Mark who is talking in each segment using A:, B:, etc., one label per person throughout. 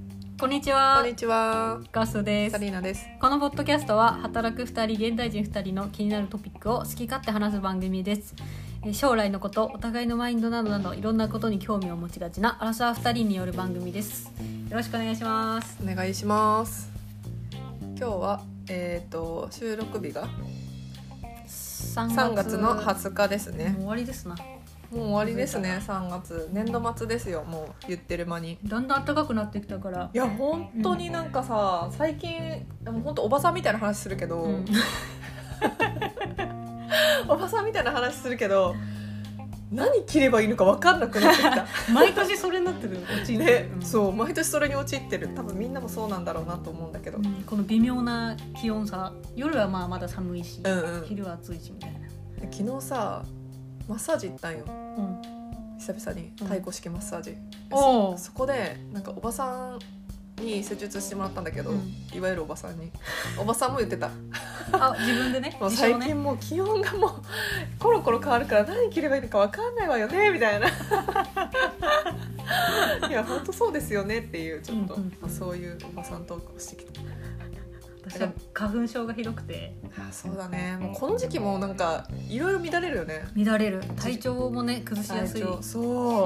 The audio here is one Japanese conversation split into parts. A: ちは
B: こんにちは。
A: ガスで
B: サ
A: す
B: リーナです。
A: このポッドキャストは働く2人現代人2人の気になるトピックを好き勝手話す番組ですえー将来のことお互いのマインドなどなどいろんなことに興味を持ちがちなアラサー2人による番組ですよろしくお願いします
B: お願いします。今日はえっ、と収録日が
A: 3
B: 3月の20日ですね
A: もう。終わりですな
B: もう終わりですね。3月年度末ですよ。もう言ってる間に。
A: だんだん暖かくなってきたから
B: いや本当になんかさ、最近でも本当おばさんみたいな話するけど、
A: うん
B: おばさんみたいな話するけど何着ればいいのか分かんなくなってきた。
A: 毎年それにな ってるうち
B: ね、
A: う
B: そう毎年それに陥ってる多分みんなもそうなんだろうなと思うんだけど、
A: んこの微妙な気温差夜はまあまだ寒いし、
B: うんうん
A: 昼は暑いしみたいな
B: 昨日さマッサージ行ったんよ
A: うん
B: 久々に太鼓式マッサージ、
A: おう
B: そそこでなんかおばさんに施術してもらったんだけど、
A: うん
B: いわゆるおばさん におばさんも言ってた
A: あ自分でね
B: もう
A: 自称
B: 最
A: ね
B: 近もう気温がもうコロコロ変わるから何着ればいいのか分かんないわよねみた いないや本当そうですよねっていうちょっと、
A: うんうん
B: まあそういうおばさんトークをしてきて
A: 私は花粉症がひどくて
B: あそうだねもうこの時期もなんかいろいろ乱れるよね
A: 乱れる体調もね崩しやすいシ
B: 体調
A: ー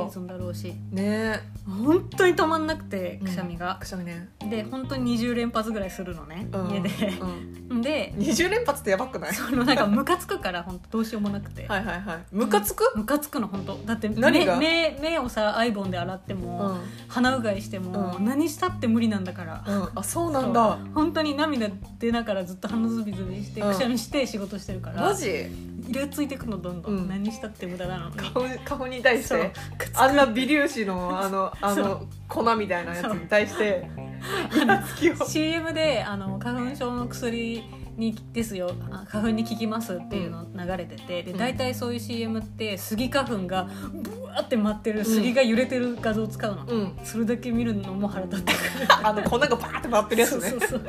B: そ
A: ズンだろうし
B: うね
A: 本当に止まんなくて
B: うん
A: くしゃみが
B: く、しゃみね、
A: で本当に20連発ぐらいするのね、
B: うん、
A: 家で、
B: うん、
A: で
B: 20連発ってやばくない
A: そのなんかムカつくから本当どうしようもなくて、
B: はいはいはいムカつく、
A: ムカつくの本当だって
B: 何
A: 目
B: が
A: 目目をさアイボンで洗って
B: うん
A: も、
B: うん、
A: 鼻うがいしても、
B: うん
A: 何したって無理なんだから、
B: あそうなんだ
A: 本当に涙出ながらずっと鼻ズビズビして
B: うん
A: くしゃみして仕事してるから、
B: マジ
A: イラついてくのどんどん、
B: うん
A: 何したって無駄なのに
B: 顔顔に対し
A: そう
B: てあんな微粒子のあのあの粉みたいなやつに対してイラつきを
A: CM であの花粉症の薬にですよあ花粉に効きますっていうの流れてて、で
B: うん
A: 大体そういう CM ってスギ花粉がブワーって舞ってるスギが揺れてる画像を使うの、
B: うん
A: それだけ見るのも腹立って
B: あの粉がバーって回ってるやつね
A: そうそうそう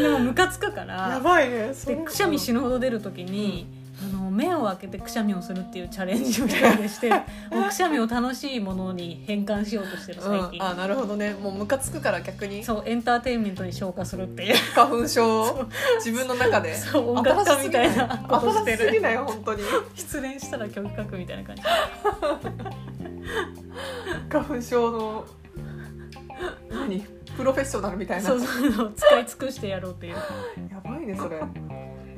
A: でもムカつくから
B: やばいねそ
A: で
B: れ
A: くしゃみ死ぬほど出る時に、あの目を開けてくしゃみをするっていうチャレンジを一人でして もうくしゃみを楽しいものに変換しようとしてる
B: う
A: 最
B: ん、
A: 近、
B: あなるほどねもうムカつくから逆に
A: そうエンターテインメントに昇華するっていう
B: 花粉症を自分の中で
A: そう音楽家みたいなことし
B: 新
A: て
B: しすぎ
A: る
B: ない本当に
A: 失恋したら曲書くみたいな感じ
B: 花粉症の何プロフェッショナルみたいな
A: そうそうそう使い尽くしてやろうっていう
B: やばいねそれ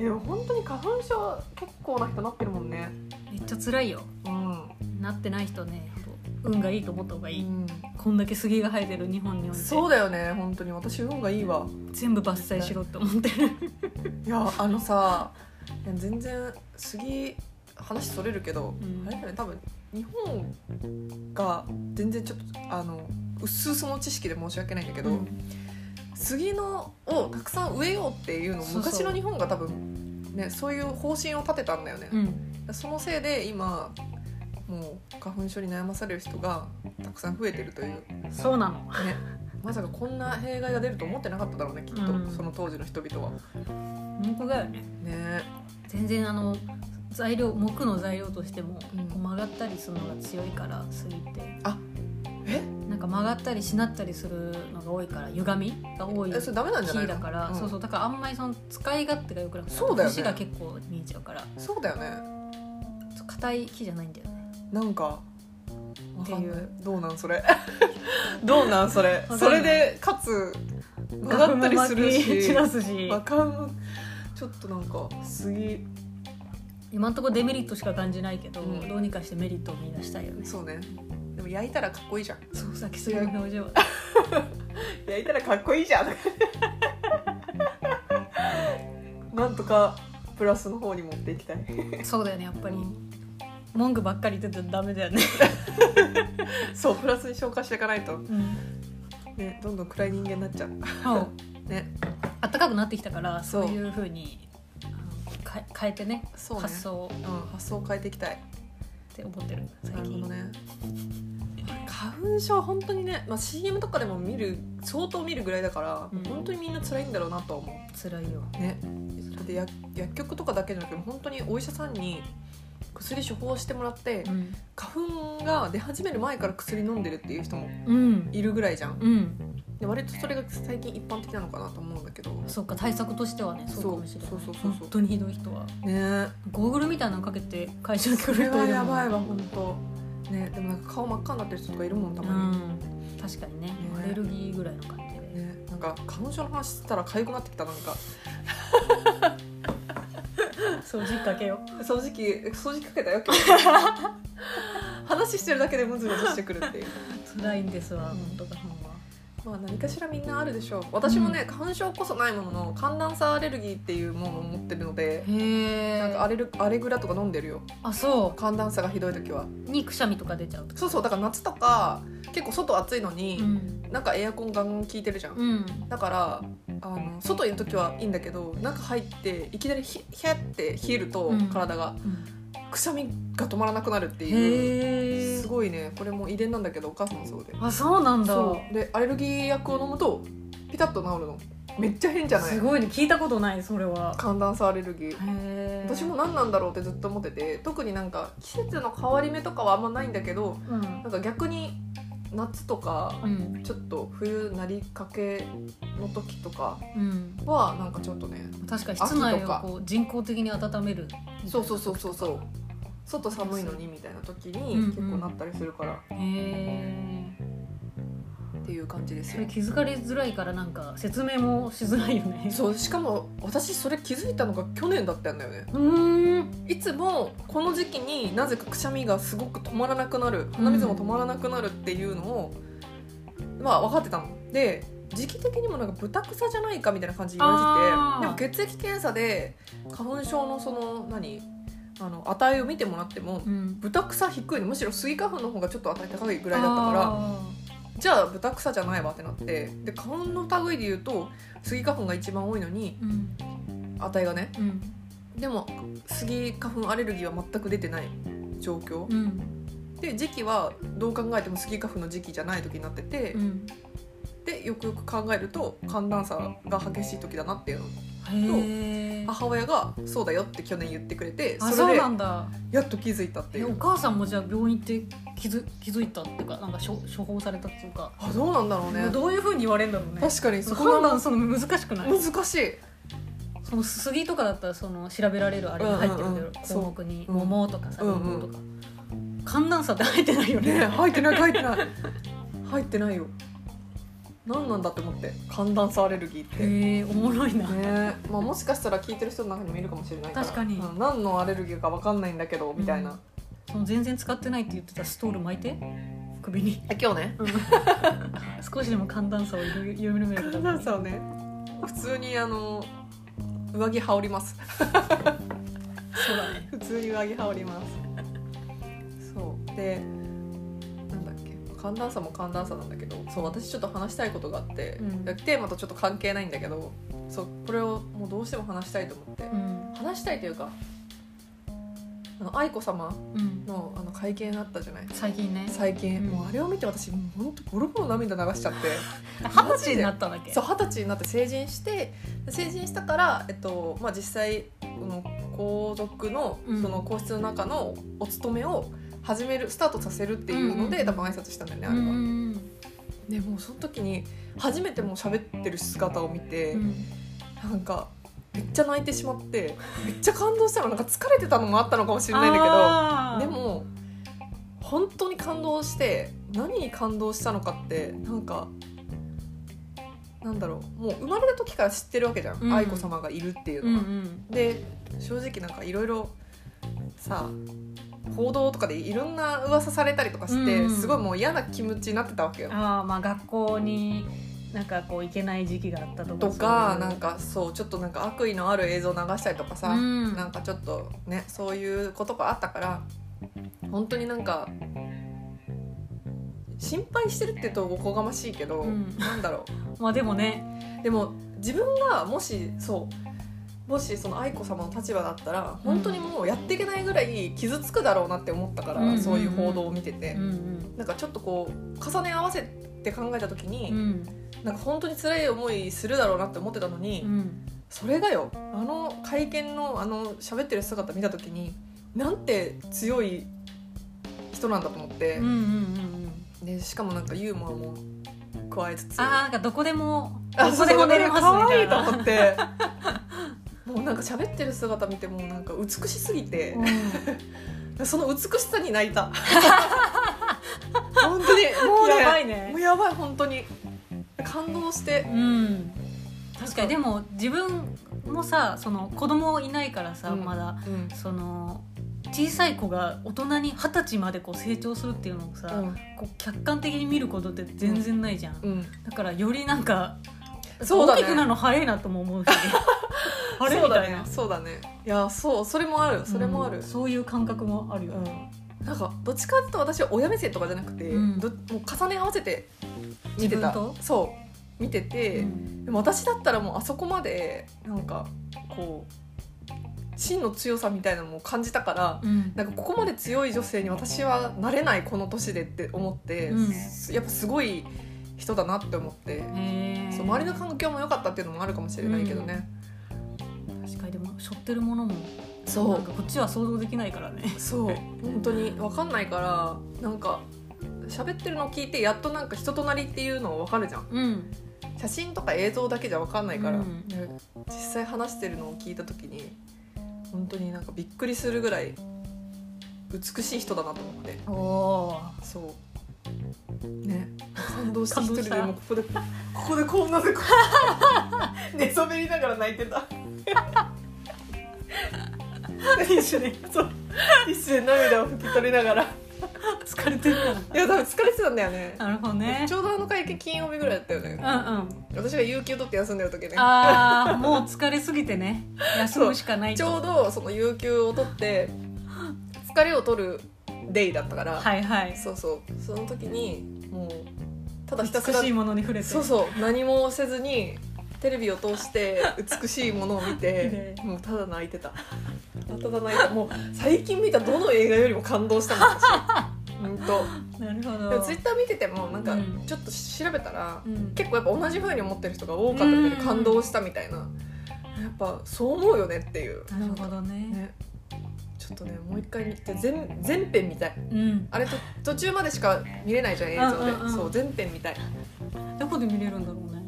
B: でも本当に花粉症結構な人なってるもんね
A: めっちゃ辛いよ
B: うん、
A: なってない人ねほんと運がいいと思った方がいい、
B: うん、
A: こんだけ杉が生えてる日本において
B: そうだよね本当に私運がいいわ
A: 全部伐採しろって思ってる
B: いやあのさいや全然杉話それるけど、
A: うん
B: あれだよね多分日本が全然ちょっとあの薄その知識で申し訳ないんだけど、
A: うん
B: 杉のをたくさん植えようっていうのを
A: そうそう
B: 昔の日本が多分ねそういう方針を立てたんだよね、
A: うん
B: そのせいで今もう花粉症に悩まされる人がたくさん増えてるという ね
A: そうなの
B: まさかこんな弊害が出ると思ってなかっただろうねきっと、
A: うん
B: その当時の人々はね
A: 本当だよね
B: え
A: 全然あの材料木の材料としても、
B: うん
A: こう曲がったりするのが強いから杉って
B: え
A: なんか曲がったりしなったりするのが多いから歪みが多い
B: えそれダメなんじゃない
A: 木
B: の
A: だから、
B: うん
A: そうそうだからあんまりその使い勝手が良くなくて
B: そうだよね
A: 節が結構見えちゃうから
B: そうだよね
A: そう硬い木じゃないんだよね
B: なんかわ
A: って
B: か
A: い
B: んないうどうなんそれ どうなんそれ
A: かんない
B: それでかつ曲がったりする
A: 花粉も
B: し
A: 散らすし
B: わかんちょっとなんか杉
A: 今んところデメリットしか感じないけど、
B: うん
A: どうにかしてメリットを見出したいよね
B: そうねでも焼いたらかっこいいじゃん
A: そうさっき杉の表情
B: 焼いたらかっこいいじゃ んなんとかプラスの方に持っていきたい
A: そうだよねやっぱり文句ばっかり言ってたらダメだよね、
B: そうプラスに消化していかないとねどんどん暗い人間になっちゃう
A: そう
B: ね
A: 暖かくなってきたから
B: そ
A: そうういうふうにあのか変えてね
B: そうね
A: 発想を
B: うん、発想を変えていきたい
A: って思ってる最
B: なるほ
A: 近
B: どね花粉症本当にね、まあ、CM とかでも見る相当見るぐらいだから、
A: うん
B: 本当にみんな辛いんだろうなとは思
A: 辛いよ
B: うねだって薬薬局とかだけじゃなくて本当にお医者さんに薬処方してもらって、
A: うん
B: 花粉が出始める前から薬飲んでるっていう人も
A: うん
B: いるぐらいじゃん
A: うん
B: で割とそれが最近一般的なのかなと思うんだけどね
A: そうか対策としてはねそうかもしれない
B: そうそうそうそうそう
A: 本当にひどい人は
B: え
A: ゴーグルみたいなのかけて会社に来
B: こ
A: る
B: れ
A: 人
B: はい
A: る
B: やばい
A: もん
B: わ本当ねでもなんか顔真っ赤になってる人とかいるもんた
A: う
B: まに、
A: ん確かにねアレルギーぐらいの感 じで、
B: ねなんか彼女の話したら痒くなってきたなんか
A: 掃除かけよ
B: 掃除機掃除機かけたよ今日話してるだけでムズムズしてくるっていう
A: 辛いんですわ、
B: うん
A: 本当だほんま
B: まあ何かしらみんなあるでしょう私もね干渉こそないものの寒暖差アレルギーっていうものを持ってるので
A: へえ
B: なんかアレルアレグラとか飲んでるよ
A: あそ
B: 寒暖差がひどい時は
A: うにくしゃみとか出ちゃうとか
B: そうそうだから夏とか結構外暑いの
A: う
B: に、
A: ん、
B: なんかエアコンガンガン効いてるじゃん、
A: うん、
B: だからあの外いる時はいいんだけど中入っていきなりひひゃって冷えると
A: うん
B: 体が、くしゃみが止まらなくなるっていう
A: へえ
B: すごいねこれも遺伝なんだけどお母さんもそうで
A: あそうなんだ
B: そうでアレルギー薬を飲むとピタッと治るのめっちゃ変じゃな
A: す
B: い
A: ごいね聞いたことないそれは
B: 寒暖差アレルギー
A: へえ
B: 私も何なんだろうってずっと思ってて特になんか季節の変わり目とかはあんまないんだけど
A: うん
B: なんか逆に夏とか
A: うん
B: ちょっと冬なりかけの時とか
A: うん
B: はなんかちょっとね
A: 確かに室内
B: 秋と
A: を
B: か
A: こう人工的に温める
B: そうそうそうそうそう外寒いのにみたいな時に
A: うんうん
B: 結構なったりするから
A: へえ
B: っていう感じです
A: そ
B: よ
A: れ気づかれづらいからなんか説明もしづらいよね
B: そうしかも私それ気づいたのが去年だったんだよね
A: うーん
B: いつもこの時期になぜかくしゃみがすごく止まらなくなる鼻水も止まらなくなるっていうのを、まあ分かってたので時期的にもなんか豚草じゃないかみたいな感じで言
A: あ
B: わ
A: ー
B: れててでも血液検査で花粉症のその何あの値を見てもらっても
A: うん
B: 豚草低いのむしろスギ花粉の方がちょっと値高いぐらいだったからじゃあ豚草じゃないわってなってで花粉の類で言うとスギ花粉が一番多いのに
A: らうん
B: 値がね
A: うん
B: でもスギ花粉アレルギーは全く出てない状況、
A: うん
B: で時期はどう考えてもスギ花粉の時期じゃない時になってて、
A: うん
B: でよくよく考えると寒暖差が激しい時だなっていうのを
A: へえ
B: 母親が「そうだよ」って去年言ってくれて
A: あ
B: そ
A: そう
B: れで
A: なんだ
B: やっと気づいたってい
A: えお
B: う。
A: 母さんもじゃあ病院行って気づ気づいたっていうかなんか処処方されたっていうか、
B: あどうなんだろうね
A: どういうふうに言われるんだろうね
B: 確かにそこ
A: 判
B: が
A: 断するの難しくない
B: 難しい
A: その杉とかだったらその調べられるあれが入ってるけど、
B: うんうんうん
A: 項目に
B: そう
A: 桃とかさ
B: う
A: り
B: ん
A: ん
B: うん
A: ごとか、寒暖差って入ってないよね
B: ね入ってない入ってない入ってないよ何なんだって思って寒暖差アレルギーってね
A: へえおもろいな、
B: まあ、もしかしたら聞いてる人の中にもいるかもしれないから
A: 確かに
B: うん何のアレルギーか分かんないんだけどみたいな、
A: うんその全然使ってないって言ってたストール巻いて首に
B: え今日ね
A: 少しでも寒暖差を緩緩める
B: 寒
A: から
B: 暖差をね普通にあの上着羽織ります
A: そうだね
B: 普通に上着羽織りますそうでなんだっけ寒暖差も寒暖差なんだけどそう私ちょっと話したいことがあって、
A: うん
B: テーマとちょっと関係ないんだけどそうこれをもうどうしても話したいと思って、
A: うん
B: 話したいというかあの愛子様
A: うん
B: のあの会見あったじゃない
A: 最近ね
B: 最近、
A: うん
B: もうあれを見て私もうほんとボロボロ涙流しちゃって。
A: 二十歳になったんだっけ
B: そう二十歳になって成人して成人したから、えっとまあ、実際この皇族の
A: うん
B: その皇室の中のお勤めを始めるスタートさせるっていう
A: う
B: の
A: んう
B: で
A: ん
B: 多分挨拶したんだよねあ
A: う
B: れは。
A: んうん
B: でもうその時に初めてもう喋ってる姿を見て、
A: うん
B: なんかめっちゃ泣いてしまってめっちゃ感動したのなんか疲れてたのもあったのかもしれないんだけど。
A: あー
B: でも本当に感動して何に感動したのかってなんかなんだろうもう生まれた時から知ってるわけじゃん、
A: うん
B: 愛子さまがいるっていう
A: うん
B: の
A: う
B: は。
A: ん
B: で正直なんかいろいろさ報道とかでいろんな噂されたりとかして、
A: うんうん
B: すごいもう嫌な気持ちになってたわけよ。
A: ああまあ学校になんかこう行けない時期があったとか
B: とか
A: そう
B: ないんかそうちょっとなんか悪意のある映像流したりとかさ、
A: う
B: なんかちょっとねそういうことがあったから本当になんか心配してるって言うとおこがましいけど、
A: うん
B: なんだろ
A: まあでもね
B: うでも自分がもしそうもしその愛子さまの立場だったら本当にもうやっていけないぐらい傷つくだろうなって思ったから、
A: うん
B: そういう報道を見てて、
A: うんうん
B: なんかちょっとこう重ね合わせて考えた時に、
A: うん
B: なんか本当に辛い思いするだろうなって思ってたのに、
A: うん
B: それがよあの会見のあの喋ってる姿見た時になんて強い人なんだと思って
A: うんう、ん
B: でしかもなんかユーモアも加えつつ
A: あーなんかどこでも
B: あ
A: どこでも寝れますみ
B: 可
A: た
B: 愛
A: い
B: いと
A: な
B: 思ってもうなんか喋ってる姿見てもうなんか美しすぎて
A: うん
B: その美しさに泣い た本当にも
A: も
B: う
A: う
B: ね
A: やばい
B: もう
A: ね
B: やばい本当に感動して
A: うん確かにでも自分もさその子供いないからさ、
B: うん
A: まだ
B: うん
A: その小さい子が大人に二十歳までこう成長するっていうのをさ、こう客観的に見ることって全然ないじゃん、
B: うん
A: だからよりなんか
B: そうだね
A: 大きくなるの早いなとも思う しあれ
B: そう
A: み
B: だ
A: たい
B: ね
A: な
B: そうだねいやそうそれもあるそれもある
A: うん、そういう感覚もあるよ、ね
B: うんなんかどっちかっていうと私は親目線とかじゃなくて、
A: うん
B: どもう重ね合わせて見てた
A: 自分と
B: そう見てて、
A: うん
B: でも私だったらもうあそこまでなんかこう真の強さみたいなのも感じたから、
A: うん
B: なんかここまで強い女性に私はなれないこの年でって思って、
A: うん
B: すやっぱすごい人だなって思って、
A: へー
B: そう周りの環境も良かったっていうのもあるかもしれないけどね、
A: 確かにでも背負ってるものも
B: そ
A: なんかこっちは想像できないからね
B: そう本当に分かんないからなんか喋ってるのを聞いてやっとなんか人となりっていうの分かるじゃん
A: うん
B: 写真とか映像だけじゃ分かんないから、
A: うん
B: 実際話してるのを聞いた時に本当になんかびっくりするぐらい美しい人だなと思って
A: おお
B: そうね感動して
A: 感
B: 一
A: 動
B: 人
A: した
B: でもうここでここでこんなでこう 寝そべりながら泣いて たティッシュでそうティッシュで涙を拭き取りながら
A: 疲れてるから
B: いや多分疲れてたんだよね
A: なるほどね
B: ちょうどあの会見金曜日ぐらいだったよ
A: う
B: ね
A: んうん
B: 私が有給取って休んでる時ね
A: ああもう疲れすぎて ね休むしかない
B: ち
A: と
B: ょうどその有給を取って疲れを取るデイだったから、
A: はいはい
B: そうそうその時にもうただひたす
A: 美
B: ら
A: しいものに触れて
B: そうそう何もせずにテレビを通して美しいものを見て
A: ね
B: もうただ泣いてたただ泣いたもう最近見たどの映画よりも感動したもん私うんと
A: なるほど
B: でもツイッター見ててもなんか
A: うん
B: ちょっと調べたら、
A: うん
B: 結構やっぱ同じ風に思ってる人が多かったみたいで
A: うん
B: 感動したみたいなやっぱそう思うよねっていう
A: なるほどね
B: ねちょっとねもう一回見て全全編見たい
A: うん
B: あれと途中までしか見れないじゃん映像で、
A: うんうんうん
B: そう全編見たい
A: どこで見れるんだろうね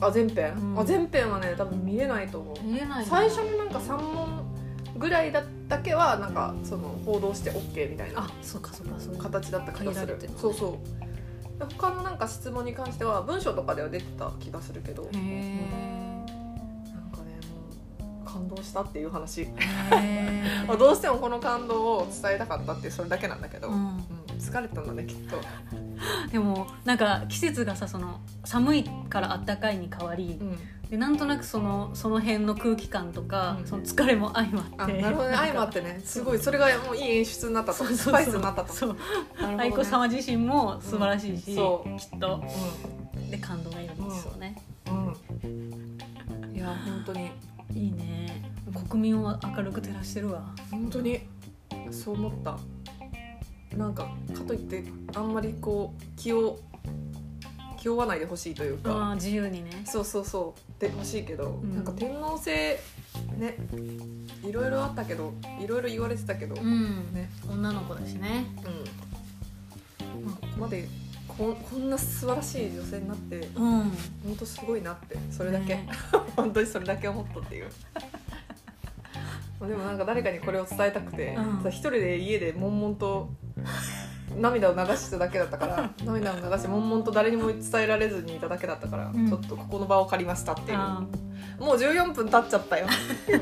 B: あ全編、
A: うん
B: あ全編はね多分見れないと思う、
A: 見れない
B: 最初のなんか3問ぐらいだだけはなんかその報道して OK みたいな
A: あそうかそうかそうか
B: 形だった気が
A: 限
B: す
A: ら
B: る
A: れてる
B: そうそうで他のなんか質問に関しては文章とかでは出てた気がするけど
A: へ
B: なんかねもう感動したっていう話、
A: え
B: ま あどうしてもこの感動を伝えたかったっていうそれだけなんだけど、
A: う
B: うん
A: ん
B: 疲れたんだねきっと、
A: でもなんか季節がさその寒いから暖かいに変わり
B: うん、
A: でなんとなくそのその辺の空気感とか、
B: うん
A: その疲れも相まって
B: あなるほどね相まっててねすごいそれがもういい演出になったと
A: そうそうそう
B: スパイスになったと
A: そう
B: なるほどね
A: 愛子様自身も素晴らしいし、
B: うんそう
A: きっとで感動がいるんですよね、
B: うん、うん、いや本当に
A: いいね国民を明るく照らしてるわ
B: 本当にそう思ったなんかかといってあんまりこう気を気負わないでほしいという
A: あ
B: か、
A: ー自由にね
B: そうそうそうでほしいけど、
A: うん
B: なんか天皇制ねいろいろあったけどいろいろ言われてたけど、う
A: うんん
B: ね
A: 女の子だしね
B: まあ、ここまでここんな素晴らしい女性になって
A: うん
B: 本当すごいなってそれだけ、
A: ね
B: 本当にそれだけ思ったっていうでもなんか誰かにこれを伝えたくて、
A: うん
B: ただ一人で家で悶々と涙を流してただけだったから涙を流して悶々と誰にも伝えられずにいただけだったから、
A: うん
B: ちょっとここの場を借りましたっていう
A: あ
B: もう14分経っちゃ ったよ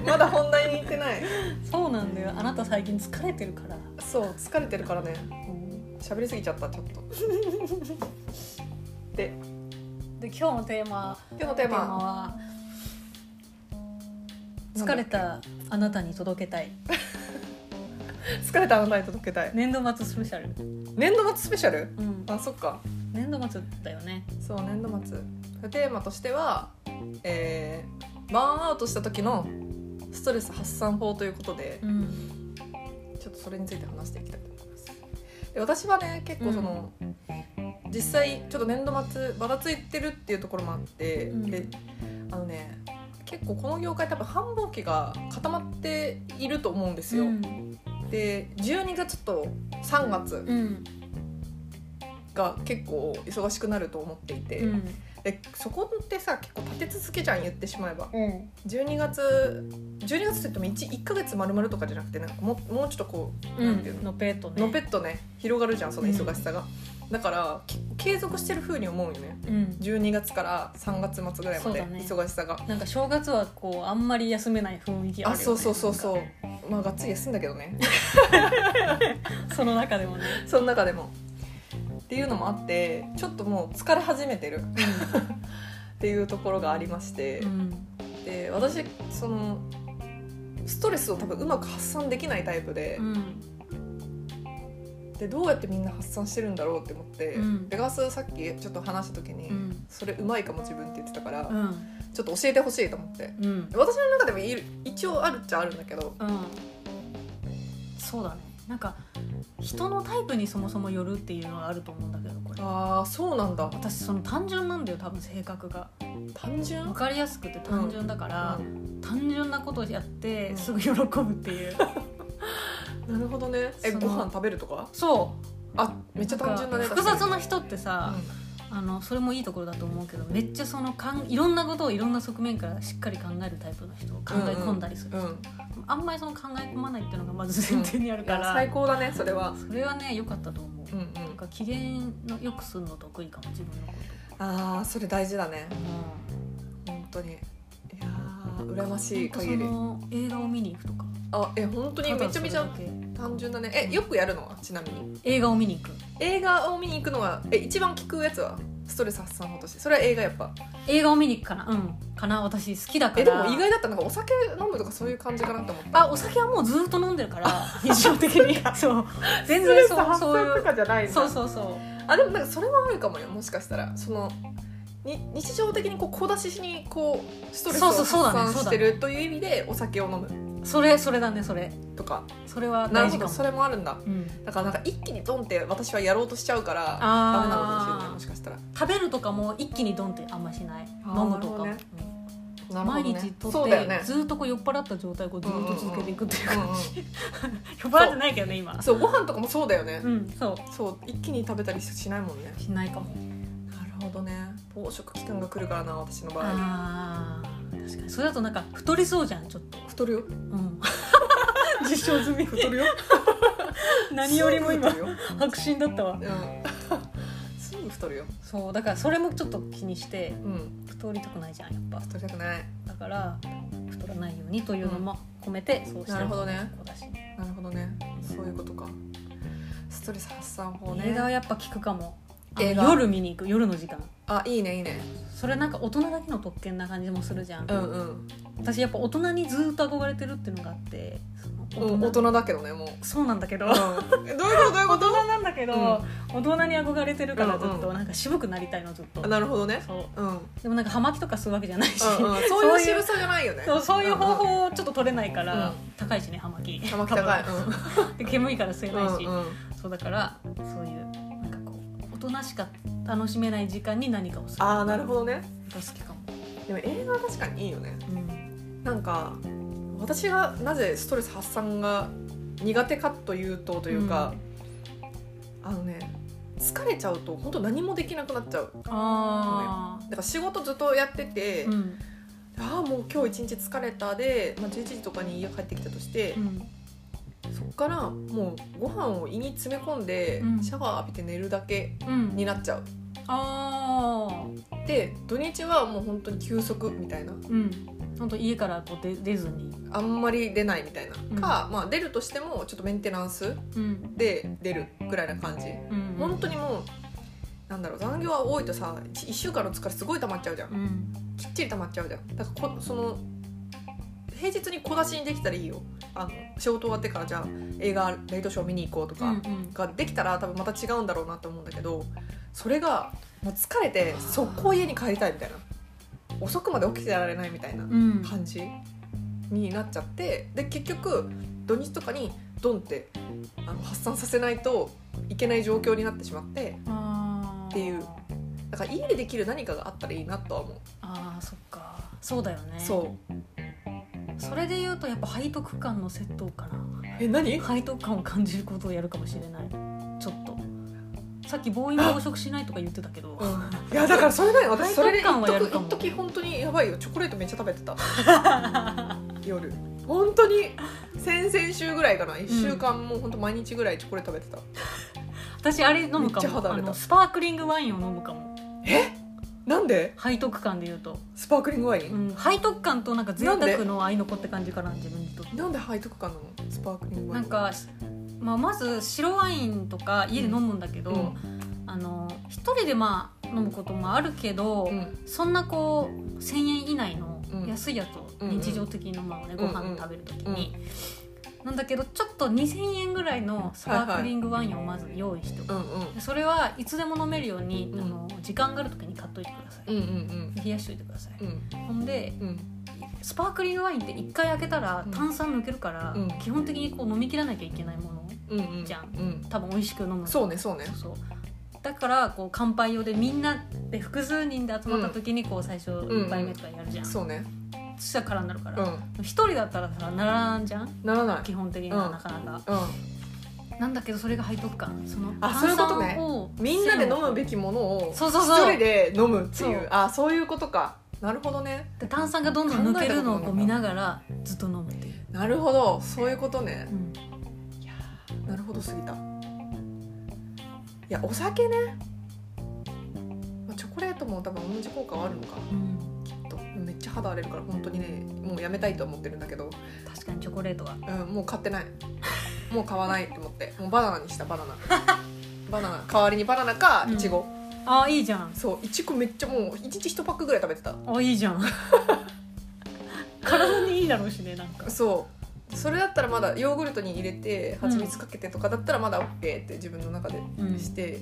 B: まだ本題に行ってない
A: ーそうなんだよあなた最近疲れてるから、
B: そう疲れてるからね喋りすぎちゃったちょっとで
A: で今日のテーマ
B: 今日のテーマ
A: は疲れたあなたに届けたい
B: 疲れたあなたに届けたい
A: 年度末スペシャル、
B: 年度末スペシャル
A: うん、
B: あそっか
A: 年度末だよね
B: そう年度末テーマとしては、えーバーンアウトした時のストレス発散法ということで
A: うん
B: ちょっとそれについて話していきたいと思いますで私はね結構その、実際ちょっと年度末ばらついてるっていうところもあって、
A: うん
B: であのね結構この業界多分繁忙期が固まっていると思うんですよ、
A: うん
B: で12月と3月
A: うん
B: が結構忙しくなると思っていて、
A: うん
B: でそこってさ結構立て続けじゃん言ってしまえば
A: うん
B: 12月12月といっても 1, 1ヶ月丸々とかじゃなくてなんかもうもうちょっとこうなんていうの、
A: のペットね
B: のぺっとね広がるじゃんその忙しさが、だからき継続してる風に思うよね
A: うん
B: 12月から3月末ぐらい
A: そ
B: まで
A: うだね
B: 忙しさが、
A: なんか正月はこうあんまり休めない雰囲気あるよ、ね、
B: あそうそうそう
A: な
B: そ
A: んか
B: うまあがっつり休んだけどね
A: その中でもね、
B: その中でもっていうのもあってちょっともう疲れ始めて るっていうところがありまして、
A: うん
B: で私そのストレスを多分うまく発散できないタイプで,、
A: うん
B: でどうやってみんな発散してるんだろうって思って、
A: うん
B: ベガスさっきちょっと話した時に、
A: うん
B: それうまいかも自分って言ってたから、
A: うん
B: ちょっと教えてほしいと思って
A: うん
B: 私の中でもいる一応あるっちゃあるんだけど
A: うんそうだねなんか人のタイプにそもそもよるっていうのはあると思うんだけどこれ
B: ああそうなんだ
A: 私その単純なんだよ多分性格が
B: 単純
A: 分かりやすくて単純だから、単純なことをやって、
B: うん
A: すぐ喜ぶって いう
B: なるほどねえ
A: そ
B: ご
A: の
B: 飯食べるとか
A: そう
B: あめっちゃ単純だね
A: なんか複雑
B: な
A: な人ってさ、あのそれもいいところだと思うけどめっちゃそのかんいろんなことをいろんな側面からしっかり考えるタイプの人考え込んだりする、
B: うん、うん、
A: あんまりその考え込まないっていうのがまず前提にある
B: い
A: か
B: や
A: ら、
B: 最高だねそれは
A: それはね良かったと思う、
B: うんう
A: なん
B: ん
A: か機嫌のよくするの得意かも自分のこ
B: ああそれ大事だね
A: と、
B: 本当にいやー羨ましい限り
A: ほんとその映画を見に行くとか
B: あえ本当にめちゃめち
A: た
B: ゃ
A: だそれだ
B: 単純だねえよくやるのはちなみに
A: け映画を見に行く
B: 映画を見に行くのはえ一番聞くやつはストレス発散法としてそれは映画やっぱ
A: 映画を見に行くかなうんかな私好きだから
B: えでも意外だったなんかお酒飲むとかそういう感じかなと思った
A: あお酒はもうずっと飲んでる から日常的にそう全
B: ストレ
A: 然
B: ス
A: そう
B: 発
A: そうい
B: 散と
A: う
B: かじゃないんだ
A: そうそうそう
B: あでもなんかそれもあるかもよもしかしたらそのに日常的にこう小出しにこうストレスを
A: そうそうそ
B: 発
A: うだね
B: 散
A: そう
B: し
A: だ
B: て
A: ね
B: るという意味でお酒を飲む
A: それそれだねそれ
B: とか
A: それは
B: な
A: 大
B: るほ
A: 事か
B: ど
A: も
B: それもあるんだ
A: うん、
B: だからなんか一気にドンって私はやろうとしちゃうから
A: あー
B: ダメなのかもしれないもしかしたら
A: 食べるとかも一気にドンってあんましない
B: あー
A: 飲むとか、
B: なる
A: うん
B: なる
A: 毎
B: ほどね
A: 日と
B: そ
A: っ
B: う
A: て、
B: だよね
A: ずっとこう酔っ払った状態をこうずっと続けていくっていう
B: う
A: か、
B: んうん
A: 酔っ払ってないけどね今
B: そうご飯とかもそうだよね、
A: うんそ
B: そう一気に食べたりしないもんね
A: うしないかも
B: なるほどね暴食期間が来るからな私の場合
A: あー確かにそれだとなんか太りそうじゃんちょっと
B: 太るよ
A: うん 実証済 み
B: 太るよ
A: 何よりも今
B: すぐ太るよ
A: 白真だったわ
B: うん すぐ太るよ
A: そうだからそれもちょっと気にして
B: うん
A: 太りたくないじゃんやっぱ
B: 太りたくない
A: だから太らないようにというのも込めてそうした
B: なるほどね
A: こうだし
B: なるほどねそういうことかストレス発散法ね
A: 映画はやっぱ聞くかもあの
B: 映画
A: 夜見に行く夜の時間
B: あいいねいいね
A: それなんか大人だけの特権な感じもするじゃん、
B: うんうん
A: 私やっぱ大人にずっと憧れてるっていうのがあってその
B: うん大人だけどね もう
A: そうなんだけど、
B: うんえどういうこと どういう
A: 大
B: こ
A: 人なんだけど、
B: うん
A: 大人に憧れてるからずっ
B: うんう
A: と
B: ん
A: なんか渋くなりたいのずっと、
B: となるほどね
A: そ
B: うん うん
A: うでもなんかハマキとかするわけじゃないし、
B: うんそういう渋さじゃないよね
A: そうそういう方法をちょっと取れないか
B: うんう
A: ら、
B: ん
A: 高いしねハマキ
B: たまき高いうん
A: で煙いから吸えないし、
B: うんうん
A: そうだからそういうなんかこう大人しか楽しめない時間に何かをする
B: ああなるほどね
A: が好きかも、
B: でも映画は確かにいいよね
A: うん、
B: なんか私がなぜストレス発散が苦手かというとというか、あのね疲れちゃうと本当何もできなくなっちゃう
A: あ
B: だから仕事ずっとやってて、
A: ーうん
B: ああもう今日一日疲れたで、まあ、11時とかに家帰ってきたとして
A: う、ん
B: そっからもうご飯を胃に詰め込んで、
A: うん
B: シャワー浴びて寝るだけ
A: うん
B: になっちゃう
A: ああ
B: で土日はもう本当に休息みたいな
A: うん本当家からこう出出ずに
B: あんまり出ないみたいな、
A: うん
B: か、まあ、出るとしてもちょっとメンテナンス
A: うん
B: で出るぐらいな感じ、
A: うん
B: 本当にもうなんだろう残業は多いとさ 1, 週間の疲れすごい溜まっちゃうじゃん、
A: うん
B: きっちり溜まっちゃうじゃんだからこその平日に小出しにできたらいいよあの仕事終わってからじゃあ映画レイトショー見に行こうと
A: うんう
B: か
A: ん
B: ができたら多分また違うんだろうなと思うんだけどそれがもう疲れて速攻家に帰りたいみたいな遅くまで起きてられないみたいな
A: うん
B: 感じになっちゃってで結局土日とかにドンってあの発散させないといけない状況になってしまって
A: あー
B: っていうだから家でできる何かがあったらいいなとは思う、
A: あーそっかそうだよね
B: そう
A: それで言うとやっぱ背徳感の窃盗かな
B: え何
A: 背徳感を感じることをやるかもしれないちょっとさっき暴飲暴食しないとか言ってたけど、
B: いやだからそれだよ
A: 罪
B: 私
A: 悪
B: それで一
A: 感はやる
B: 時
A: かも
B: 一時本当にやばいよチョコレートめっちゃ食べてた夜本当に先々週ぐらいかな1週間もう本当毎日ぐらいチョコレート食べてた、
A: 私あれ飲む
B: めっ
A: か
B: ちゃ肌
A: も
B: 荒
A: あ
B: れた
A: のスパークリングワインを飲むかも
B: なんで
A: 背徳感で言うと、
B: スパークリングワイ
A: う
B: ン、
A: ん、背徳感となんか贅
B: なん
A: 沢
B: で
A: の合いの子って感じかな自分にとって
B: なんで背徳感なのスパークリングワ
A: な
B: イン
A: んか、まあ、まず白ワインとか家で飲むんだけど、
B: うん
A: あの一人でまあ飲むこともあるけど、
B: うん
A: そんなこう1,000円以内の
B: うん
A: 安いやつを日常的に飲むのね、
B: ん
A: ご飯食べる時に、なんだけどちょっと2,000円ぐらいのスパークリングワインをまず用意しておく、
B: うんうん
A: でそれはいつでも飲めるように、
B: うん
A: あの時間がある時に買っといてください、
B: うんうん
A: 冷やしといてください、
B: うんうん
A: ほんで
B: うん
A: スパークリングワインって1回開けたら
B: うん
A: 炭酸抜けるから、
B: うん
A: 基本的にこう飲み切らなきゃいけないもの
B: うんうん
A: じゃん
B: うん
A: 多分美味しく飲む
B: そうねそうね
A: そうそうだからこう乾杯用でみんなで複数人で集まった時にこう最初1杯目とかやるじゃん、
B: そうね
A: そしたら空になるか
B: う
A: ら
B: ん
A: 一、人だったらさならんじゃん
B: ならない
A: 基本的には
B: うん
A: なかなか、
B: う
A: なんだけどそれが背徳感その
B: あそういうことね
A: 炭酸を
B: んみんなで飲むべきものを
A: そうそうそう
B: 一人で飲むってい
A: そう
B: うあそういうことかなるほどね
A: で炭酸がどんどん抜けるのをこう
B: 考えたことなかった
A: 見ながらずっと飲むっていう、
B: なるほどそういうことね
A: うん
B: なるほどすぎたいやお酒ね、まあ、チョコレートも多分同じ効果はあるのかな
A: うん
B: きっとめっちゃ肌荒れるから本当にねもうやめたいと思ってるんだけど、
A: 確かにチョコレートは
B: うん、もう買っ てないもう買わないと思ってもうバナナにしたバナナ バナナ代わりにバナナかいちご
A: あいいじゃん
B: そういちごめっちゃもう1日1パックぐらい食べてた
A: あいいじゃん 体にいいだろうしねなんか
B: そうそれだったらまだヨーグルトに入れて蜂蜜かけてとかだったらまだ OK って自分の中で
A: うん
B: して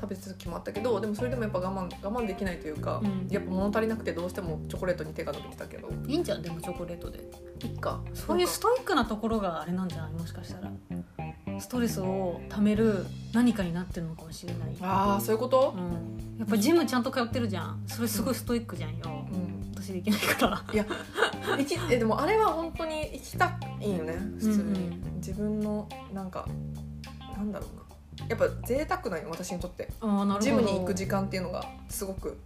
B: 食べてた時もあったけどでもそれでもやっぱ我慢我慢できないというか、
A: うん
B: やっぱ物足りなくてどうしてもチョコレートに手が伸びてたけど
A: いいんじゃんでもチョコレートで
B: いっか
A: そういうストイックなところがあれなんじゃないもしかしたらストレスをためる何かになってるのかもしれない、
B: ああそういうこと
A: う、ん、やっぱジムちゃんと通ってるじゃんそれすごいストイックじゃんよ
B: うん
A: 私できないから
B: いきえでもあれは本当に行きたいよね普通に、
A: うん
B: 自分のなんかなんだろうなやっぱ贅沢なんよ私にとって
A: あーなるほど
B: ジムに行く時間っていうのがすごく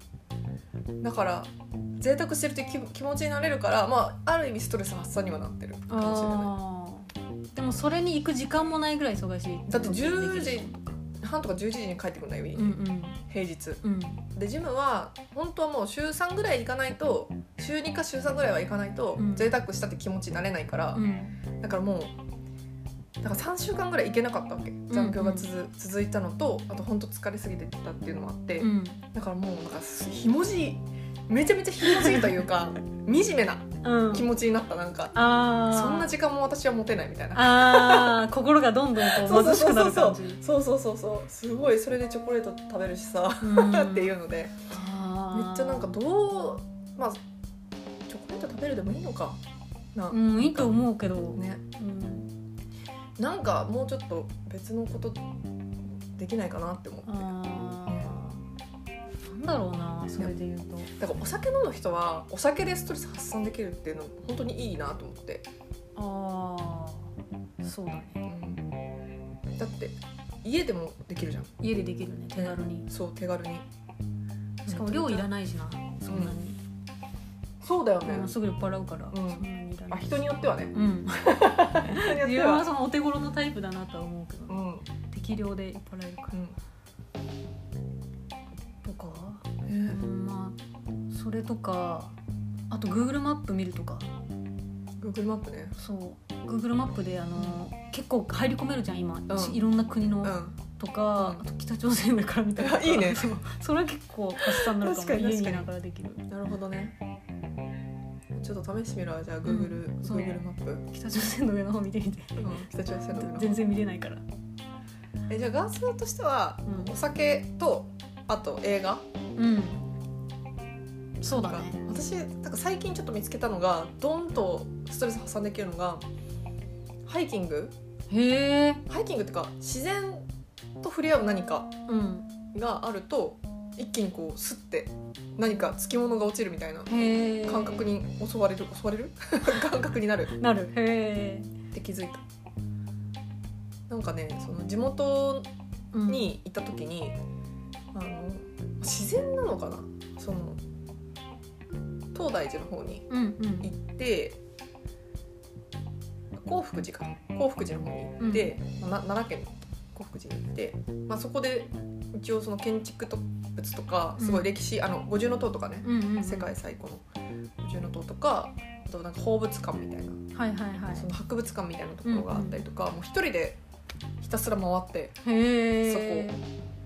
B: だから贅沢してるっていう気気持ちになれるから、まあ、ある意味ストレス発散にはなってるかもしれな
A: あーでもそれに行く時間もないぐらい忙しい
B: いだって10時半とか11時に帰ってくるんだよ、
A: うんうん
B: 平日
A: うん
B: でジムは本当はもう週3ぐらい行かないと週2か週3ぐらいは行かないと
A: うん
B: 贅沢したって気持ちになれないから、
A: うん
B: だからもうだから3週間ぐらい行けなかったわけ残業がつづ続いたのとあと本当疲れすぎてたっていうのもあって、
A: うん
B: だからもうなんかひもじいめちゃめちゃひもじいという か惨めな
A: うん
B: 気持ちになったなんか
A: ああ
B: そんな時間も私は持てないみたいな
A: あー心がどんどんこ
B: そううそう
A: 貧し
B: そ
A: く
B: う
A: な
B: そう
A: る
B: そ
A: 感
B: う
A: じ
B: そうそうそうそうすごいそれでチョコレート食べるしさ
A: うん
B: っていうのでめっちゃなんかどうまあチョコレート食べるでもいいのかな、
A: うんいいと思うけど、
B: ね
A: うん、
B: なんかもうちょっと別のことできないかなって思って
A: あーなんだろうなそれで言うと
B: だからお酒飲む人はお酒でストレス発散できるっていうの本当にいいなと思って、
A: ああそうだね
B: だって家でもできるじゃん
A: 家でできるね手軽に
B: そう手軽に
A: しかも量いらないしなそんなに、
B: そうだよね
A: もうすぐ酔っ払うから、
B: ん
A: そんなにいら
B: あ
A: ない
B: 人によっ てはね
A: うん、
B: 人に
A: 自
B: よって
A: 分は
B: は
A: そのお手頃のタイプだなとは思うけど、
B: うん、うん
A: 適量で酔っ払えるからとか、
B: え
A: うん、まあそれとかあと Google マップ見るとか
B: ー、Google マップね
A: そう Google マップであの結構入り込めるじゃん今、
B: ん
A: いろんな国の、
B: う
A: とか、
B: うん
A: あと北朝鮮だから みたいな
B: いいね
A: そうそれは結構発散になるかも
B: 確かに確
A: 家
B: かに
A: にいながらできる
B: んなるほどねちょっと試してみるわじゃあ Google、
A: うんそう
B: Google マップ、
A: 北朝鮮の上の方見てみて
B: うん北朝鮮の上の
A: 全然見れないから
B: えじゃあガースとしては、
A: うん
B: お酒とあと映画
A: うんそうだね
B: 私なんか最近ちょっと見つけたのがドンとストレス発散できるのがハイキング
A: へえ
B: ハイキングっていうか自然と触れ合う何か
A: うん
B: があると一気にこうスッて何かつきものが落ちるみたいな
A: へえ
B: 感覚に襲われる襲われる 感覚になる
A: なるへえ
B: って気づいたなんかねその地元
A: うん
B: に行った時に、あの自然なのかなその東大寺の方に
A: うんうん
B: 行って興福寺か興福寺の方に行って、まあな奈良県の興福寺に行って、まあ、そこで一応その建築物とかすごい歴史、あの五重塔とかね、
A: うんうんうん
B: 世界最古の五重塔とかあとなんか博物館みたいな、
A: はいはいは
B: その博物館みたいなところがあったりとか、もう一人でひたすら回って
A: いへえ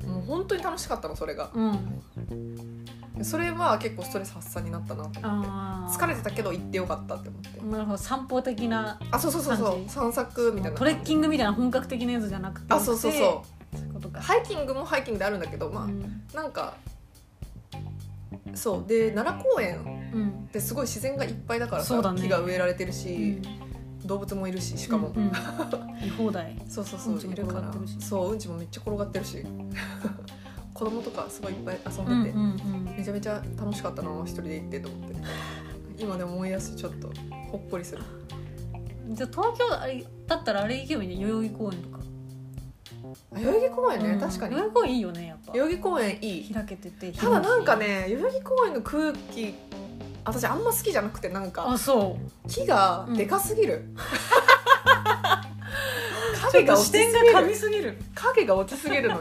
B: もう本当に楽しかったのそれが
A: うん
B: それは結構ストレス発散になったなと思って
A: あー
B: 疲れてたけど行ってよかったって思って、
A: なるほど散歩的な
B: あそうそうそうそ
A: 感
B: う
A: じ
B: 散策みたいな
A: トレッキングみたいな本格的なやつじゃなくて
B: あそうそうそう
A: そういうこと
B: う
A: か
B: ハイキングもハイキングであるんだけどま
A: うん
B: あなんかそうで奈良公園
A: うん
B: ってすごい自然がいっぱいだから
A: そ
B: さ
A: うだね
B: 木が植えられてる
A: う
B: し
A: ん、
B: 動物もいるししかも、
A: うんうん、居放題
B: そうそうそう、
A: うんちも
B: いるか
A: 転が
B: ら
A: ってるし
B: そううんちもめっちゃ転がってるし 子供とかすごいいっぱい遊
A: うん
B: ん
A: うん
B: でて、
A: うん
B: めちゃめちゃ楽しかったな一人で行ってと思って今でも思い出してちょっとほっこりする
A: じゃあ東京あれだったらあれ行けばいいね代々木公園とか
B: あ代々木公園ね、
A: うん
B: 確かに
A: 代
B: 代
A: 々木公園いいよねやっぱ
B: 々木公園いい
A: 開けてて
B: ただなんかね代々木公園の空気私あんま好きじゃなくてなんか
A: あそう
B: 木がでかすぎる、影
A: ちょっ
B: が
A: と
B: 落ち
A: 視
B: すぎ
A: 点
B: る
A: が噛みすぎる
B: 影が落ちすぎ るのよ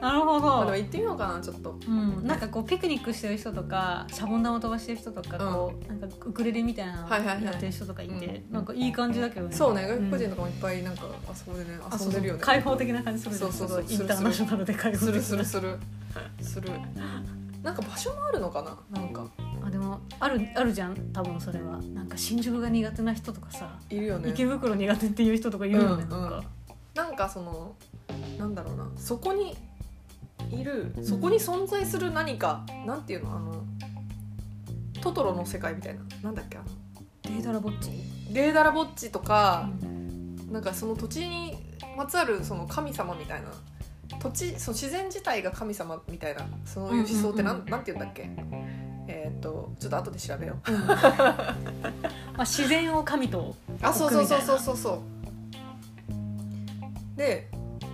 A: なるほ
B: まあで
A: ど
B: も行ってみようかなちょっと
A: うん、なんかこうピクニックしてる人とかシャボン玉飛ばしてる人とかこう、なんかウクレレみたいなの
B: はいはいはい
A: やってる人とかいて、
B: うん
A: なんかいい感じだけどね
B: そうね外
A: ん
B: 国人とかもいっぱいなんかあそこでね
A: あ
B: 遊んでるよ
A: そうそう
B: ね
A: 開放的な感じする
B: そうそうそ
A: す
B: う
A: ごいインターナショナルで開放的
B: す
A: な
B: るするするするなんか場所もあるのかななんか
A: あでもあるあるじゃん多分それはなんか新宿が苦手な人とかさ、
B: いるよね
A: 池袋苦手っていう人とかいるよね、
B: うん
A: なんか、
B: なんかそのなんだろうなそこにいるそこに存在する何か、なんていうのあのトトロの世界みたいななんだっけあの
A: データラぼっち、
B: レーダラボッチとか、
A: うん
B: なんかその土地にまつわるその神様みたいな土地その自然自体が神様みたいなそういう思想ってなん,、
A: うんうんう
B: なんて言うんだっけえーっとちょっと後で調べよう
A: まあ、自然を神と
B: あそうそうそ
A: 奥みた
B: う
A: い
B: そう
A: な
B: そうそうで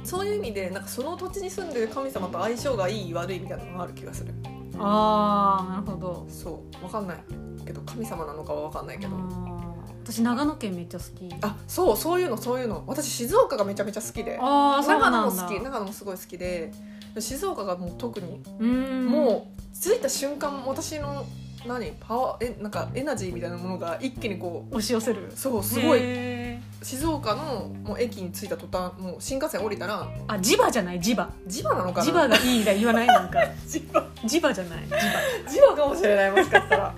B: そういう意味でなんかその土地に住んでる神様と相性がいい悪いみたいなのがある気がする
A: ああなるほど
B: そうわかんないけど神様なのかはわかんないけど、
A: あー私長野県めっちゃ好き
B: あそうそういうのそういうの私静岡がめちゃめちゃ好きで
A: ああそう
B: 長野
A: な
B: も
A: んだ
B: 好き長野もすごい好きで静岡がもう特に、
A: うーん
B: もう着いた瞬間私の何パワーえなんかエナジーみたいなものが一気にこ
A: 押し寄せる
B: うそうすごい
A: へ
B: 静岡のもう駅に着いた途端もう新幹線降りたら
A: ーあ磁場じゃない磁場
B: 磁場なのかな
A: 磁場がいいが言わないなん か
B: 磁場
A: 磁場じゃない磁場
B: 磁場かもしれないもしかした ら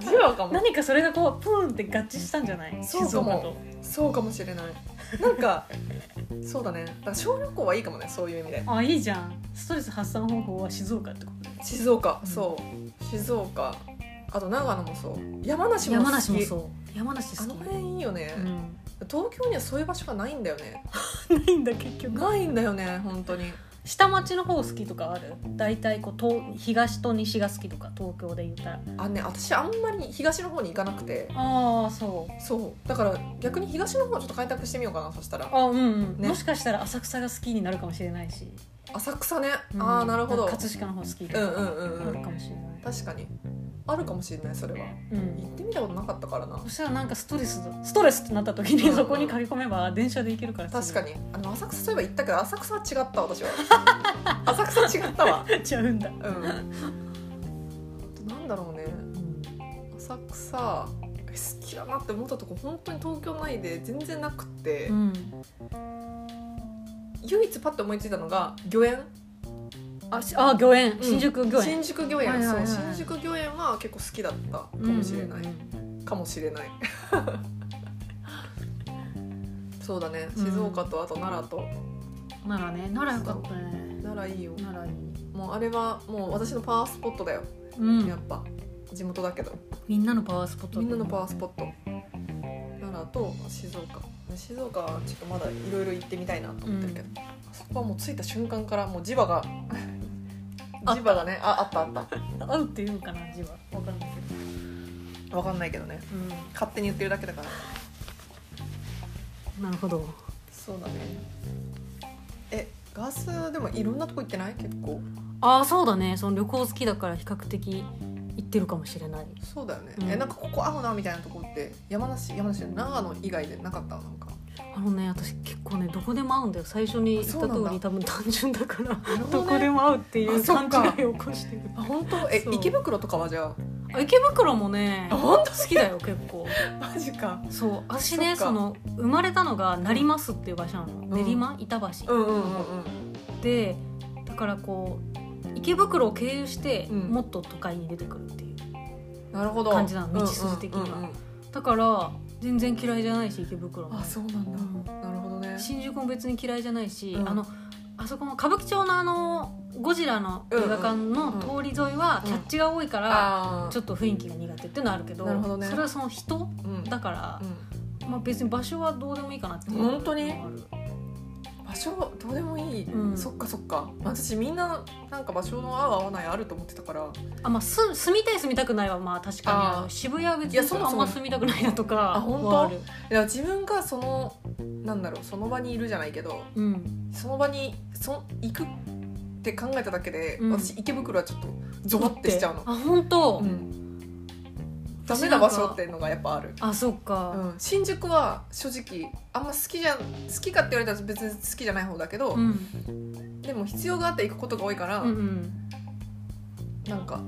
B: 磁場かも
A: 何かそれがこうプーンって合致したんじゃない
B: そうかも
A: 静岡と
B: そうかもしれないなんかそうだねだから小旅行はいいかもねそういう意味で
A: あいいじゃんストレス発散方法は静岡ってことね
B: 静岡そう静岡あと長野もそう山梨も
A: 山
B: 好き
A: 梨もそう山梨好
B: あ
A: き
B: の辺いいよね、
A: うん、
B: 東京にはそういう場所がないんだよね
A: ないんだ結局
B: ないんだよね本当に
A: 下町の方好きとかある大体こう東東と西が好きとか東京で言ったら
B: あね私あんまり東の方に行かなくて
A: ああそう
B: そうだから逆に東の方ちょっと開拓してみようかなそしたら
A: あうんうん、
B: ね
A: もしかしたら浅草が好きになるかもしれないし、
B: 浅草ね、
A: うん
B: ああなるほど
A: んか葛飾の方好きと
B: う
A: か
B: んうんうん
A: な
B: う
A: る
B: ん
A: かもしれない、
B: 確かにあるかもしれないそれは
A: うん
B: 行ってみたことなかったからな
A: そしたらなんかストレスストレスってなった時
B: うん
A: に
B: うん
A: そこに駆り込めば電車で行けるから
B: 確かにあの浅草といえば行ったけど浅草は違った私は 浅草違ったわ
A: にち ゃうんだ、
B: うんあとなんだろうね浅草え好きだなって思ったとこ本当に東京内で全然なくて、
A: うん、
B: 唯一パッと思いついたのが御苑
A: あしあ御苑
B: ん
A: 新宿御苑、
B: 新宿御
A: は
B: 苑
A: いはい
B: そ
A: は
B: う
A: い
B: 新宿御苑は結構好きだったか
A: うんうん
B: もしれない、
A: うん
B: かもし れないそうだね
A: うん
B: 静岡とあと奈良と
A: ならねならよかったね
B: 奈良いいよ
A: ならいい、
B: もうあれはもう私のパワースポットだよ、
A: うん
B: やっぱ地元だけど
A: みんなのパワースポット
B: みんなのパ
A: ワ
B: ワースポット奈良と静岡静岡はちょっとまだいろいろ行ってみたいなと思ってるけど、そこはもう着いた瞬間からもう磁場が
A: あった
B: 磁場がねああったあっ
A: ー合うっていうのかな字はわかんないけど、
B: たわかんないけどね勝手に言ってるだけだから
A: うん、なるほど
B: そうだねえガスでもいろんなとこ行ってない結構
A: ああそうだねその旅行好きだから比較的行ってるかもしれない
B: そうだよね、
A: うん
B: えなんかここ合うなみたいなとこって山梨山梨長野以外でなかったなんか
A: あのね私結構ねどこでも合うんだよ最初に言っ
B: あそ
A: た
B: うなん
A: 通
B: だ
A: り多分単純だから
B: なる ほ
A: ど
B: どね
A: こでも合うってい
B: あ
A: う
B: そ
A: 勘
B: っか
A: 違いを起こしてる
B: あ本当え
A: そう
B: 池袋とかはじゃ
A: あ池袋もね
B: あ本
A: 好きだよ結構
B: あマジか
A: そう私ね
B: そ
A: そ
B: っか
A: の生まれたのが成増っていう場所なの、練馬板橋、
B: うんうんうんうん
A: でだからこう池袋を経由して
B: うん
A: もっと都会に出てくるっていう、
B: なるほど
A: 感じなの道筋的には
B: うんうんうん
A: だから全然嫌いじゃないし池袋
B: うん
A: も
B: あそうなんだ、なるほどね
A: 新宿も別に嫌いじゃないし、
B: うん
A: あのあそこの歌舞伎町のあのゴジラの映画館の通り沿いは
B: うん
A: キャッチが多いから、
B: あー
A: ちょっと雰囲気が苦手っていうのはあるけど
B: なるほどね
A: それはその人
B: うん
A: だから、まあ、別に場所はどうでもいいかなっていう
B: 本当に
A: のもある
B: うん場所どうでもいい、
A: うん
B: そっかそっか私みんななんか場所の合う合わないあると思ってたから
A: あまあ、す住みたい住みたくないはまあ確かに
B: あー
A: ある渋谷は別
B: いや
A: に
B: そも
A: あ
B: そ
A: ん
B: も
A: ま住みたくないなとか
B: あ本当
A: はる
B: いや自分がそのなんだろうその場にいるじゃないけど
A: うん
B: その場にそ行くって考えただけで、
A: うん
B: 私池袋はちょっとゾワってしちゃうの
A: あ本当、
B: うん、ダメな場所っていうのがやっぱある、
A: あそっか、
B: うん、新宿は正直あんま好きじゃん好きかって言われたら別に好きじゃない方だけど、
A: うん
B: でも必要があって行くことが多いから、
A: うんうん
B: なんか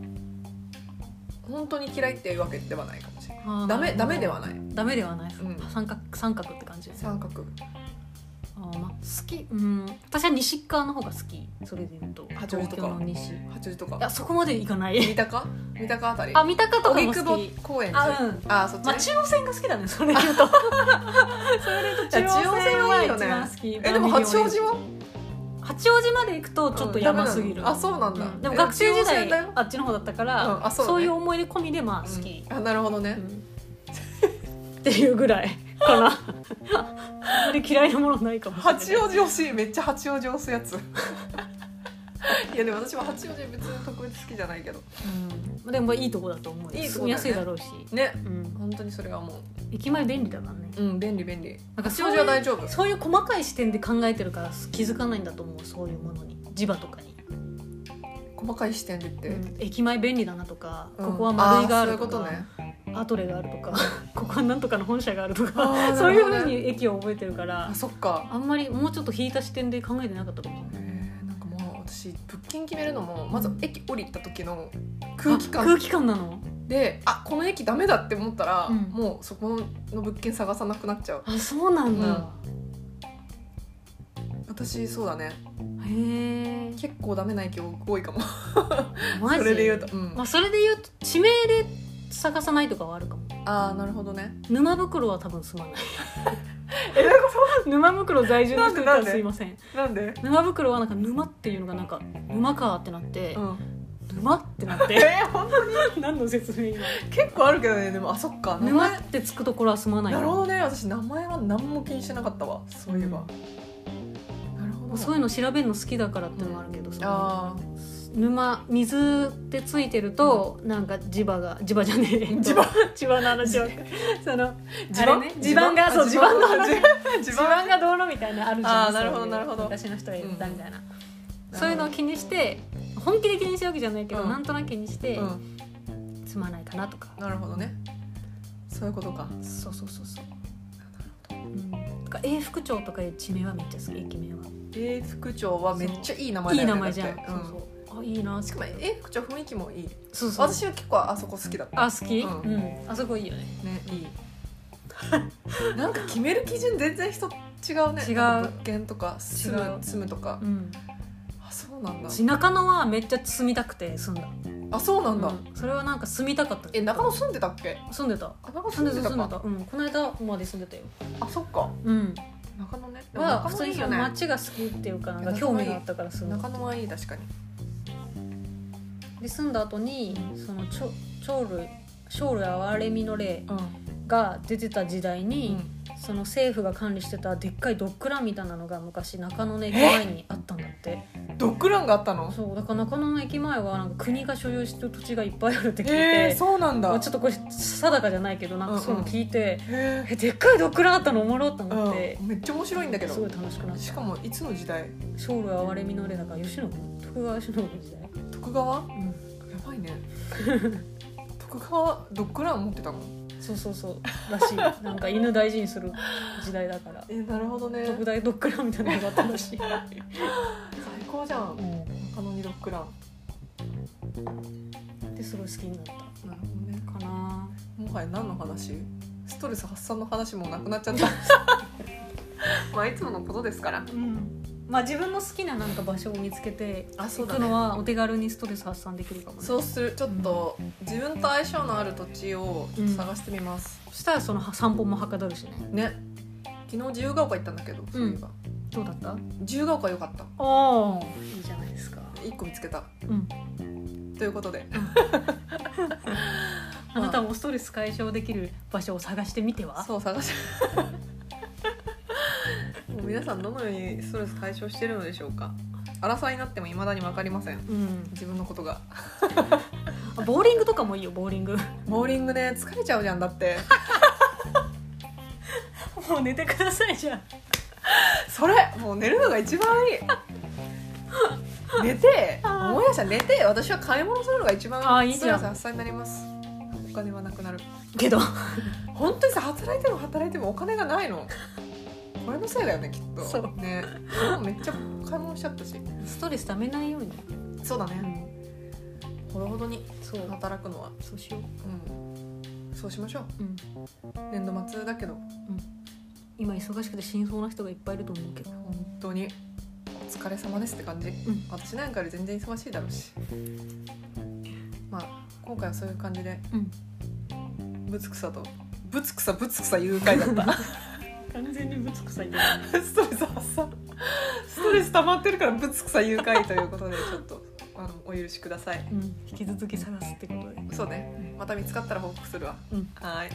B: 本当に嫌いっていうわけではないかもしれない
A: あー
B: ダメ
A: なるほど
B: ダメではない
A: ダメではない、
B: うん
A: 三角三角って感じ
B: 三角
A: あー、まあ、好きうん私は西側の方が好きそれで言うと
B: 八王子と
A: 東
B: か
A: 京の西い
B: 八王子とか
A: やそこまで行かない
B: 三鷹三鷹あたり
A: あ三鷹とか
B: 荻
A: も好
B: 窪
A: き
B: 公園
A: あうん
B: あそっち、ね
A: まあ、中央線が好きだねそれで 言うとそれで言うと中央線は一番好き
B: えでも八王子は
A: 八王子まで行くとちょっとやばすぎる、
B: うんダメなのあそうなんだ、
A: うんでも学生時代
B: え中央線だよ
A: あっちの方だったから、
B: うんあそ
A: そう
B: うだね
A: いう思い出込みでまあ好き、
B: うんあなるほどね、
A: うんっていうぐらいかなあんまり嫌いなものないかもしれない
B: 八王子欲しいめっちゃ八王子押すやつ いやでも私も八王子別に特別好きじゃないけど
A: うん、でもまあいいとこだと思うよ
B: いいとこ
A: 住
B: だよね
A: みやすいだろうし、
B: ね
A: うん、
B: 本当にそれはも
A: 駅前便利だからね
B: ううん便利便利
A: なんか
B: 八
A: そ
B: 王
A: う
B: 子
A: い
B: は
A: う
B: 大丈夫
A: そういう細かい視点で考えてるから気づかないんだと思うそういうものに磁場とかに、
B: 細かい視点でって、
A: うん駅前便利だなとか、
B: うん
A: ここは丸いがある
B: ーそ
A: と
B: ういうこと
A: か
B: ね
A: アトレがあるとか ここはなんとかの本社があると
B: あー
A: か
B: な
A: そう
B: る
A: い
B: ほ
A: う
B: どね
A: ふうに駅を覚えてるから
B: あそっか
A: あんまりもうちょっと引いた視点で考えてなかったかもしれない
B: えーなんかもう私物件決めるのもまず駅降りた時の空気
A: あ
B: 感
A: 空気感なの
B: であこの駅ダメだって思ったら、
A: うん
B: もうそこの物件探さなくなっちゃう
A: あそうなんだ、
B: 私そうだね
A: へえ
B: 結構ダメな駅多いかも
A: マジ
B: それで言うと、うん
A: まあ、それで言うと地名で探さないとかはあるかも
B: ああなるほどね
A: 沼袋は多分住まない
B: えどういう こ
A: 沼袋在住の人いた
B: なん
A: ら
B: です
A: いません
B: となんで、
A: 沼袋はなんか沼っていうのがなんか沼かってなって、
B: うん、
A: 沼ってなっ
B: え
A: て
B: ー、ほんと
A: 何の説明今
B: 結構あるけどねでもあそっか名
A: 沼
B: 前
A: ってつくところは住まない
B: なるほどね私名前は何も気にしてなかったわそういえば、なるほど
A: そういうの調べるの好きだからってのもあるけど、その
B: あ
A: 沼水でついてると、なんか磁場が磁場じゃねえ
B: 地盤
A: 磁場の話を その
B: 地盤
A: あれね地盤がそう地盤が
B: 地
A: 地
B: 盤
A: 盤がどうのみたいなあるじゃん
B: あーなるほど
A: そういう
B: なるほど
A: 昔の人が言ったみたいな、
B: うん
A: そういうのを気にして本気で気にしてるわけじゃないけど、
B: うん
A: なんとなく気にして、
B: うん
A: 住まないかなとか
B: なるほどねそういうことか
A: そうそうそうそう、うん、とか永福町とかいう地名はめっちゃ好き駅名は
B: 永福町はめっちゃいい名前
A: い
B: だ
A: い
B: よね
A: 名前じゃん、
B: だって
A: そううそうあいいな好き
B: しかも永福町雰囲気もいい
A: そうそう
B: 私は結構あそこ好きだった
A: あ好き、
B: う
A: うんんあそこいいよね
B: ねいい なんか決める基準全然人違うね
A: 違う
B: なんか物件とか住
A: 違
B: む
A: う
B: 住むとか
A: うん
B: あそうなんだ
A: 私中野はめっちゃ住みたくて住んだ
B: あそうなんだ、
A: うんそれはなんか住みたかった
B: え中野住んでたっけ
A: 住んでた
B: あ中野
A: 住
B: 住
A: ん
B: ん
A: でた
B: でた
A: 住ん
B: か
A: でたうんこの間まで住んでたよ
B: あそっか
A: うん
B: 中野ねでも
A: は
B: 中
A: 普
B: 野
A: 通
B: い
A: に
B: い
A: そ
B: よ
A: の
B: ね
A: 街が好きっていうかなんか興味があったから住ん
B: 中
A: だ
B: 野はいい確かに
A: で住んだ後にそのちょ鳥類鳥類哀れみの霊
B: うん、
A: が出てた時代に、
B: うん、
A: その政府が管理してたでっかいドッグランみたいなのが昔中野の駅前にあったんだって
B: ドッグランがあったの
A: そうだから中野の駅前はなんか国が所有してる土地がいっぱいあるって聞いて、
B: へえそうなん
A: まあ
B: だ
A: ちょっとこれ定かじゃないけどなんかそういうの聞いて、
B: へ
A: えでっかいドッグランあったのおもろって思って
B: え、、うん、めっちゃ面白いんだけ
A: すご
B: ど
A: い楽しくなった
B: しかもいつの時代
A: 将来哀れみのれだから吉野徳川吉野の時代、
B: 徳川や
A: うん、
B: ばい ね徳川ドッグラン持ってたの
A: そうそうそうらしいなんか犬大事にする時代だから
B: えなるほどね
A: 特大ドッグランみたいなのがあったら しい
B: 最高じゃん
A: も
B: 中野にドッグラン
A: うですごい好きになっ
B: なるほどね
A: たかな
B: もはや何の話ストレス発散の話もなくなっちゃった まあいつものことですから
A: うんまあ自分の好きななんか場所を見つけて
B: あそ
A: 行くのはお手軽にストレス発散できるかもね
B: そうするちょっと自分と相性のある土地をちょっと探してみます、
A: そしたらその散歩もはかどるしね
B: ね昨日自由が丘行ったんだけどそういえば、
A: どうだった
B: 自由が丘良かった
A: おおいいじゃないですか
B: 1個見つけた
A: うん
B: ということで
A: あなたもストレス解消できる場所を探してみては
B: そう探し もう皆さんどのようにストレス解消してるのでしょうか争いになっても未だに分かりません
A: うん
B: 自分のことが
A: あボーリングとかもいいよボーリング
B: ボーリングね疲れちゃうじゃんだって
A: もう寝てくださいじゃん
B: それもう寝るのが一番いい寝て思い出した寝て私は買い物するのが一
A: あ
B: 番
A: いいじ
B: ストレ
A: ゃん
B: ス発散になりますお金はなくなる
A: けど
B: 本当にさ働いても働いてもお金がないのこれのせいだよねきっと
A: そう
B: ね昨日めっちゃ買い物しちゃったし
A: ストレスためないように、
B: そうだ
A: う
B: ね
A: ん、
B: ほどほどに
A: そう
B: 働くのは
A: そうしよ
B: うんそうしましょう
A: う、うん、
B: 年度末だけど
A: 今忙しくて死にそうな人がいっぱいいると思うけど
B: 本当にお疲れ様ですって感じ、
A: ん
B: 私なんかより全然忙しいだろうしまあ今回はそういう感じで
A: うん
B: ぶつくさとぶつくさぶつくさ誘拐だった
A: 完全にぶつくさい
B: ストレス発散ストレス溜まってるからぶつくさ誘拐ということでちょっとあのお許しください
A: うん、引き続き探すってことで
B: そうねまた見つかったら報告するわ、
A: うん
B: はい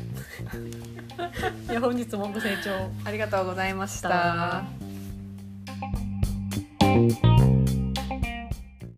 A: いや本日もご清聴
B: ありがとうございまし
A: さよな
B: た
A: ら